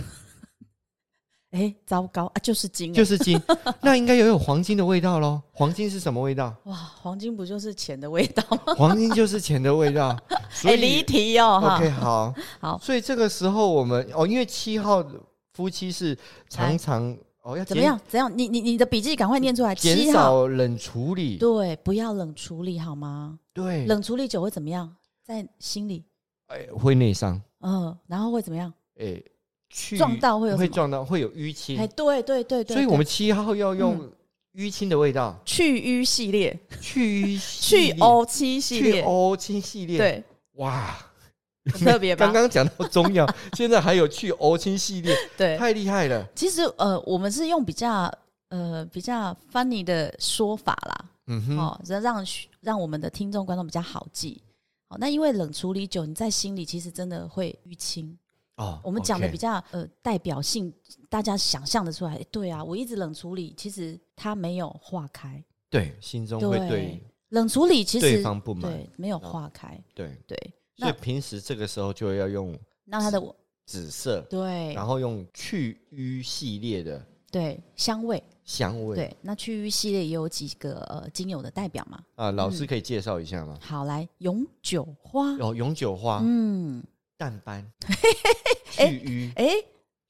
A: 哎、糟糕啊，就是金啊，
B: 就是金， (laughs) 那应该也有黄金的味道喽。黄金是什么味道？
A: 哇，黄金不就是钱的味道吗？
B: 黄金就是钱的味道。
A: (laughs)
B: 所
A: 哎，
B: 以
A: 离题哦哈
B: OK，好，
A: (laughs) 好
B: 所以这个时候我们哦，因为七号夫妻是常常哦要
A: 呃怎么
B: 减
A: 样？怎样？你你你的笔记赶快念出来，
B: 减
A: 七号。
B: 少冷处理，
A: 对，不要冷处理好吗？
B: 对，
A: 冷处理久会怎么样？在心里，
B: 哎会内伤，
A: 嗯，然后会怎么样？
B: 哎去
A: 撞到会有什
B: 会
A: 么
B: 撞到会有淤青
A: 哎，，对对对对，
B: 嗯所以
A: 对嗯
B: 我们七号要用淤青的味道
A: 去瘀系列、
B: 去淤系列
A: (laughs) 去欧七系
B: 去
A: 列，
B: 欧青系列，，
A: 对，
B: 哇，
A: 很特别吧？
B: (laughs) 刚刚讲到
A: (laughs)
B: 中药，现在还有去欧青系列，
A: 对，
B: 太厉害了。
A: 其实呃，我们是用比较呃比较 funny 的说法啦，
B: 嗯哼，
A: 哦，让让学让我们的听众观众比较好记。好，那因为冷处理久，你在心里其实真的会淤青。
B: 哦
A: 我们讲的比
B: 较
A: 较呃代表性，大家想象的出来。诶对啊，我一直冷处理，其实它没有化开。
B: 对，心中会对
A: 冷处理其
B: 对
A: 实
B: 方嗯不满，
A: 对没有化开，
B: 对，
A: 对，
B: 所以
A: 那
B: 平时这个时候就要用
A: 那它的
B: 紫色，
A: 对
B: 然后用去瘀系列的
A: 对香味，
B: 香味。
A: 对，那去瘀系列也有几个呃精油的代表嘛。
B: 啊，老
A: 嗯
B: 师可以介绍一下吗？
A: 好，来永久花，
B: 有永久花、
A: 嗯，
B: 淡斑、去瘀、
A: (laughs) 哎，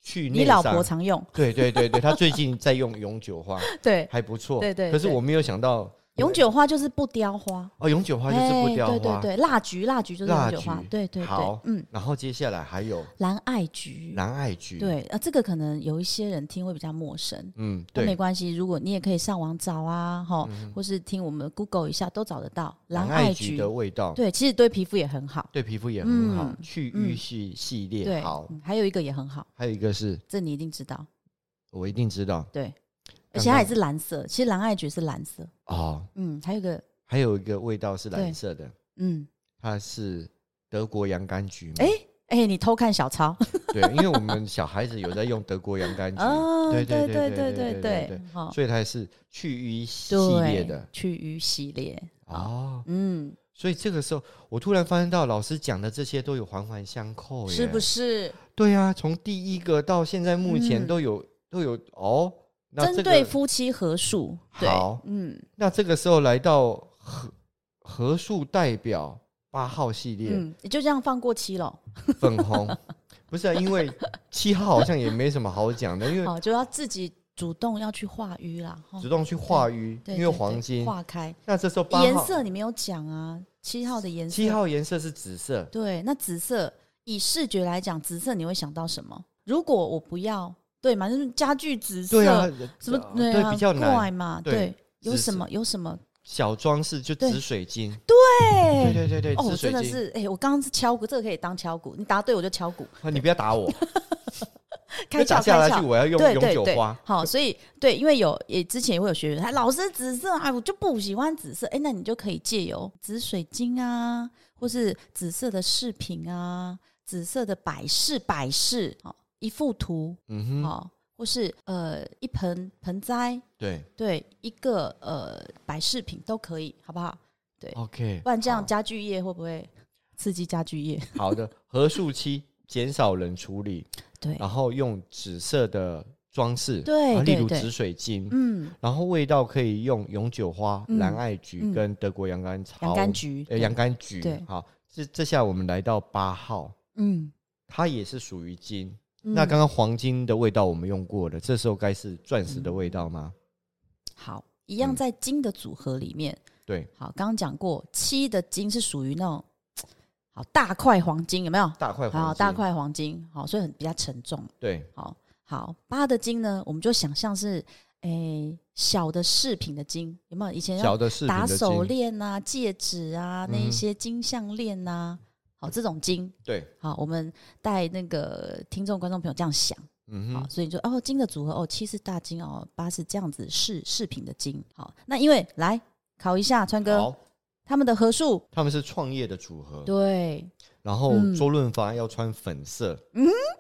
B: 去内
A: 你老
B: 伤
A: 婆常用，
B: 对对对对，他最近在用永久花，
A: 对，
B: 还不错。
A: 对对
B: 可是
A: 对
B: 我没有想到
A: 永久花就是不凋花，
B: 哦，永久花就是不
A: 哎
B: 凋花。
A: 对对对，蜡菊蜡菊就是
B: 蜡
A: 永久花
B: 菊，
A: 对对对
B: 好，
A: 嗯，
B: 然后接下来还有
A: 蓝艾菊，
B: 蓝艾菊，，
A: 对，啊，这个可能有一些人听会比较陌生，
B: 嗯，
A: 那没
B: 对，嗯
A: 关系，如果你也可以上网找啊，哈，或是听我们 Google 一下都找得到蓝艾
B: 艾
A: 菊，
B: 的味道，
A: 对，其实对皮肤也很好，
B: 对皮肤也很好
A: 嗯。
B: 去
A: 嗯
B: 瘀系系列
A: 对，
B: 好，
A: 嗯还有一个也很好，
B: 还有一个是
A: 这你一定知道，
B: 我一定知道
A: 对，而
B: 刚
A: 且它也
B: 刚
A: 是蓝色，其实蓝艾菊是蓝色，
B: 哦，
A: 嗯，还有一个，
B: 还有一个味道是蓝
A: 对
B: 色的，
A: 嗯，
B: 它是德国洋甘菊嘛。
A: 哎哎，你偷看小抄，
B: 对，因为我们小孩子有在用德国洋甘菊，
A: 哦，
B: 嗯对对
A: 对
B: 对对对
A: 对
B: 对对，
A: 好，
B: 所以它是去瘀系
A: 对，
B: 列的
A: 去瘀系列，
B: 哦。
A: 嗯，
B: 所以这个时候，我突然发现到老师讲的这些都有环环相扣，哦耶。
A: 是不是
B: 对啊，从第一个到现在目前
A: 嗯
B: 都有、都有哦。那
A: 针
B: 这
A: 对
B: 个
A: 夫妻合数？对
B: 好，
A: 嗯
B: 那这个时候来到合合数代表八号系列、
A: 嗯，你就这样放过期了，
B: 粉红，不是、啊、因为七号好像也没什么好讲的，因为
A: 好，哦就要自己主动要去化瘀啦，哈
B: 主，动去化瘀，
A: 哦对
B: 因为
A: 对对
B: 黄金。
A: 化开，
B: 那这时候八
A: 颜
B: 号
A: 色你没有讲啊，七号的颜色，
B: 七号颜色是紫色，
A: 对，那紫色以视觉来讲，紫色你会想到什么？如果我不要，对嘛，就是家具紫色，
B: 对啊，
A: 什么
B: 呃
A: 对
B: 对
A: 啊，
B: 比较
A: 怪
B: 难。
A: 嘛，
B: 对
A: 对，有
B: 紫
A: 什
B: 色
A: 么有什么？
B: 小装饰就
A: 对
B: 紫水晶，对
A: 对
B: 对对对，
A: 哦，
B: 紫
A: 我
B: 水
A: 真的
B: 晶。
A: 是，哎、我刚刚是敲鼓，这个可以当敲鼓，你答对我就敲鼓。
B: 啊你不要打我，
A: (laughs) 开
B: 打
A: 窍
B: 下
A: 开
B: 来去，
A: 窍。
B: 我要用
A: 对
B: 永
A: 对
B: 久
A: 对
B: 花，，
A: 好，所以对，因为有也之前也会有学员，他老师紫色啊，我就不喜欢紫色，哎，那你就可以借由紫水晶啊，或是紫色的饰品啊，紫色的摆饰摆饰，好一幅图，
B: 嗯哼，
A: 好、或是呃一盆盆栽，
B: 对
A: 对，一个呃摆饰品都可以，好不好？
B: ，OK，
A: 不然这样
B: 好
A: 家具业会不会刺激家具
B: (laughs)
A: 业？
B: 好的，合数期减少冷处理，
A: 对，
B: 然后用紫色的装饰，
A: 对
B: 啊例如
A: 对对
B: 紫水晶，
A: 嗯，
B: 然后味道可以用永久花、
A: 嗯
B: 蓝艾菊
A: 嗯
B: 跟德国洋甘草、
A: 洋甘菊，
B: 呃洋甘菊，
A: 对
B: 好，这这下我们来到八号，
A: 嗯，
B: 它也是属于金。
A: 嗯
B: 那刚刚黄金的味道我们用过了，这时候该是钻石的味道吗？
A: 好，一样
B: 嗯
A: 在金的组合里面。
B: 对，
A: 好，刚刚讲过，七的金是属于那种好大块黄金，有没有？
B: 大块黄金，
A: 好，大，块黄金，好，所以很比较沉重。
B: 对，
A: 好好，八的金呢，我们就想象是诶、小的饰品的金，有没有？以前要
B: 小的饰品
A: 哎打
B: 的
A: 手
B: 金，
A: 链啊、戒指啊、那
B: 嗯
A: 一些金项链啊，好，这种金，
B: 对，
A: 好，我们带那个听众、观众朋友这样想，
B: 嗯
A: 好，
B: 哼，
A: 所以你就哦，金的组合哦，七是大金哦，八是这样子饰饰品的金，好，那因为来考一下川哥
B: 好，嗯
A: 他们的合数，
B: 他们是创业的组合，
A: 对，
B: 然后
A: 嗯
B: 周润发要穿粉色，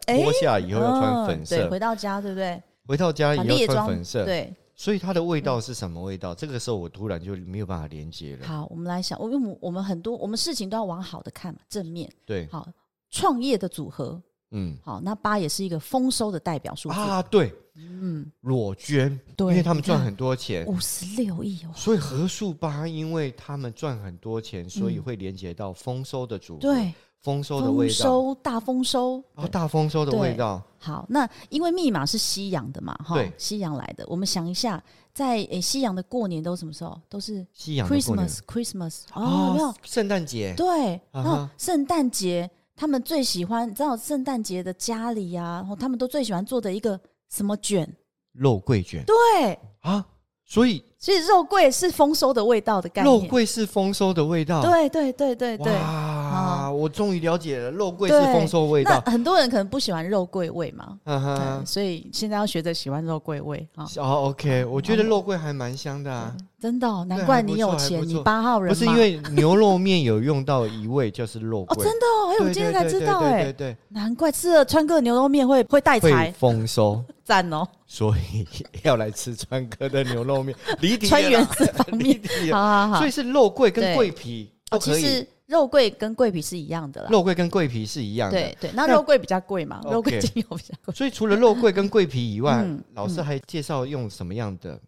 A: 哎
B: 脱下以后要穿
A: 嗯
B: 粉
A: 对，
B: 色，
A: 回到家对不对？
B: 回到家
A: 把
B: 也
A: 列
B: 要穿
A: 装
B: 粉色，
A: 对，嗯
B: 所以它的味道是什么味道？这个时候我突然就没有办法连接了。
A: 好，我们来想，我因为我们我们很多我们事情都要往好的看嘛，正面，
B: 对，
A: 好，创业的组合，
B: 嗯，
A: 好，那八也是一个丰收的代表数字，
B: 啊，对，
A: 嗯，
B: 裸捐，因
A: 对
B: 为他们赚很多钱，
A: 五十六亿哦，
B: 所以合数八，因为他们赚很多钱，所以
A: 嗯
B: 会连接到丰收的组合，，
A: 对，
B: 丰收的
A: 丰
B: 味道，
A: 收大丰收，
B: 啊，大丰收的味道，
A: 好，那因为密码是西洋的嘛，哈
B: 对，
A: 西洋来的。我们想一下，在诶西洋的过年都什么时候？都是
B: 西洋的过年
A: Christmas Christmas 哦，有没
B: 啊
A: 有？，
B: 圣诞节，
A: 对，
B: 啊哈
A: 然后圣诞节他们最喜欢，你知道圣诞节的家里呀、然后他们都最喜欢做的一个什么卷？
B: 肉桂卷
A: 对，
B: 啊，所以
A: 所以肉桂是丰收的味道的概念。
B: 肉桂是丰收的味道，
A: 对对对对对。啊
B: 哇，我终于了解了，肉桂是
A: 对
B: 丰收味
A: 那
B: 道，
A: 很多人可能不喜欢肉桂味嘛，
B: 嗯哼
A: 对，。所以现在要学着喜欢肉桂味啊。
B: 哦，OK，我觉得肉桂还蛮香的啊，
A: 真的、哦，难
B: 对
A: 怪
B: 还不
A: 你有
B: 错还
A: 钱，
B: 不
A: 你
B: 错
A: 八号人
B: 不是因
A: 嘛
B: 为牛肉面有用到一味就是肉
A: 哦，
B: 桂，
A: 真的哦，哎、
B: 对
A: 我今天才知道、
B: 对
A: 哎
B: 对，对
A: 难怪吃了川哥的牛肉面会会带
B: 对对会
A: 财，
B: 丰收， (laughs)
A: 赞哦，
B: 所以要来吃川哥的牛肉面，离题了
A: 川原
B: 啦
A: 子方
B: 离
A: 面，
B: 题了
A: 好好好，
B: 所以是肉桂跟
A: 对
B: 桂皮
A: 哦，
B: 都
A: 其
B: 可以，
A: 实肉桂跟桂皮是一样的啦，
B: 肉桂跟桂皮是一样的。
A: 对对，那
B: 那
A: 肉桂比较贵嘛，
B: OK
A: 肉桂精油比较贵。
B: 所以除了肉桂跟桂皮以外
A: 嗯，
B: 老师还介绍用什么样的？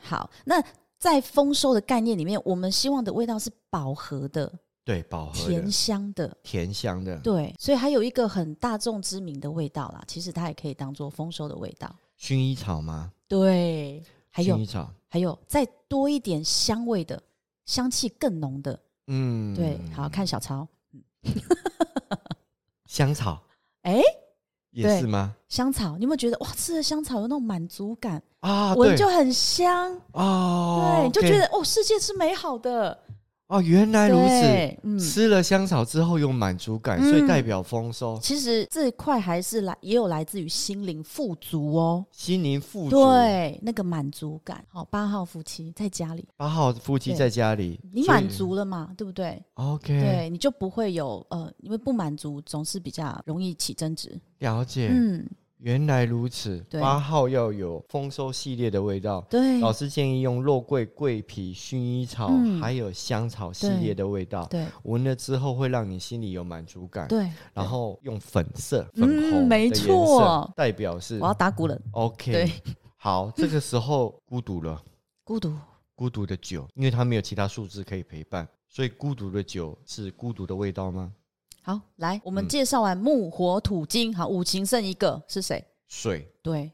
A: 好，那在丰收的概念里面，我们希望的味道是饱和的、
B: 对，饱和的
A: 甜、香的。
B: 甜香的。
A: 对，所以还有一个很大众知名的味道啦，其实它也可以当做丰收的味道。
B: 薰衣草吗？
A: 对，还
B: 薰
A: 有
B: 衣草，
A: 还有再多一点香味的，香气更浓的。
B: 嗯，
A: 对，好看小抄。
B: 香草
A: 哎，
B: 也
A: 对
B: 是吗？
A: 香草，你有没有觉得哇，吃了香草有那种满足感，
B: 啊，对
A: 闻就很香，
B: 哦，
A: 对，你就
B: OK
A: 觉得哦，世界是美好的，
B: 哦，原来如此。
A: 对，嗯。
B: 吃了香草之后有满足感，所以代表丰收，
A: 其实这一块还是来，也有来自于心灵富足哦，
B: 心灵富足。，
A: 对，那个满足感。好，八号夫妻在家里，
B: 八号夫妻
A: 对
B: 在家里，
A: 你
B: 所以
A: 满足了嘛，对不对？
B: ，OK，
A: 对，你就不会有呃，因为不满足总是比较容易起争执。
B: 了解，
A: 嗯，
B: 原来如此。
A: 对
B: 八号要有丰收系列的味道。
A: 对，
B: 老师建议用肉桂、桂皮、薰衣草，
A: 嗯
B: 还有香草系列的味道，
A: 对，
B: 闻了之后会让你心里有满足感。
A: 对，
B: 然后用粉色、粉
A: 嗯
B: 红的
A: 没
B: 颜色
A: 错
B: 代表是
A: 我要打鼓了，
B: OK。
A: 对，
B: 好，这个时候孤独了。 (laughs)
A: 孤独，
B: 孤独的酒，因为它没有其他数字可以陪伴，所以孤独的酒是孤独的味道吗？
A: 好，来，我们
B: 嗯
A: 介绍完木、火、土、金，好，五行剩一个是谁？
B: 水
A: 对，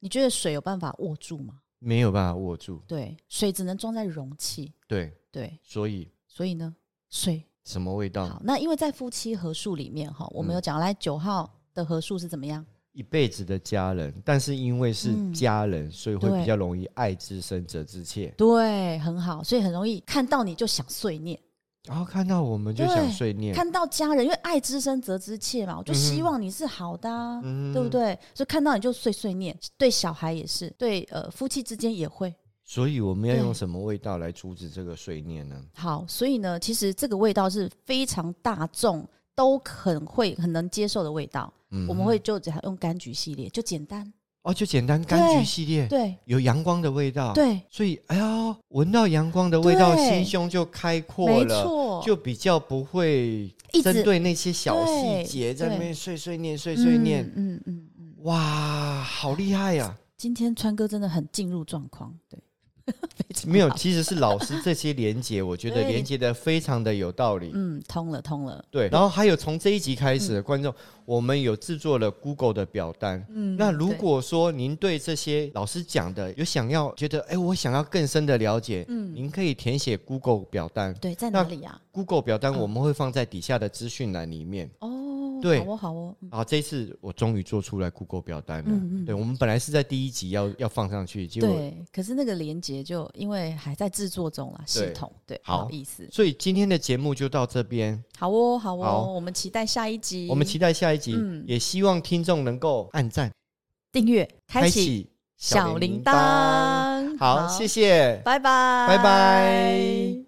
A: 你觉得水有办法握住吗？
B: 没有办法握住，
A: 对，水只能装在容器。
B: 对，
A: 对，
B: 所以
A: 所以呢，水
B: 什么味道？
A: 好。那因为在夫妻合数里面哈，我们有讲来九号的合数是怎么样？
B: 一辈子的家人，但是因为是
A: 嗯
B: 家人，所以会
A: 对
B: 比较容易爱之深责之切。
A: 哦对，很好，所以很容易看到你就想碎念。
B: 然后看到我们就想碎念，
A: 看到家人，因为爱之深责之切嘛，我就希望你是好的、啊，
B: 嗯
A: 对不？对？所以看到你就碎碎念，对小孩也是，对呃夫妻之间也会。
B: 所以我们要
A: 对
B: 用什么味道来阻止这个碎念呢？
A: 好，所以呢，其实这个味道是非常大众都很会、很能接受的味道。
B: 嗯
A: 我们会就只用柑橘系列，就简单，
B: 哦，就简单柑橘系列，
A: 对
B: 有阳光的味道，。
A: 对，
B: 所以，哎呀，闻到阳光的味道，
A: 对
B: 心胸就开阔
A: 没
B: 了，
A: 错，
B: 就比较不会
A: 一
B: 针
A: 直
B: 对那些小细
A: 对
B: 节在那
A: 对
B: 边碎碎念、碎碎念。
A: 嗯嗯嗯嗯。
B: 哇，好厉害啊呀、
A: 今天川哥真的很进入状况，对，非常
B: (laughs) 没有，
A: 好
B: 其实是老师这些连接，我觉得
A: 对
B: 连接的非常的有道理。
A: 嗯，通了通了，
B: 对，然后还有从这一集开始，观众，我们有制作了 Google 的表单。
A: 嗯，
B: 那如
A: 对
B: 果说您对这些老师讲的有想要觉得，哎，我想要更深的了解，
A: 嗯
B: 您可以填写 Google 表单。
A: 对在
B: 那
A: 哪里呀、
B: Google 表单
A: 嗯
B: 我们会放在底下的资讯栏里面。
A: 哦，
B: 对
A: 好哦好哦，嗯
B: 啊，这一次我终于做出来 Google 表单了。
A: 嗯嗯
B: 对，我们本来是在第一集要要放上去，结果
A: 对，可是那个连接就因为还在制作中啦，系
B: 对
A: 统对，不
B: 好
A: 好意思，
B: 所以今天的节目就到这边。
A: 好哦好哦，
B: 好
A: 我们期待下一集，
B: 我们期待下一集，
A: 嗯
B: 也希望听众能够按赞、
A: 订阅开启小铃。铛，
B: 好，谢，谢，
A: 拜拜，
B: 拜拜。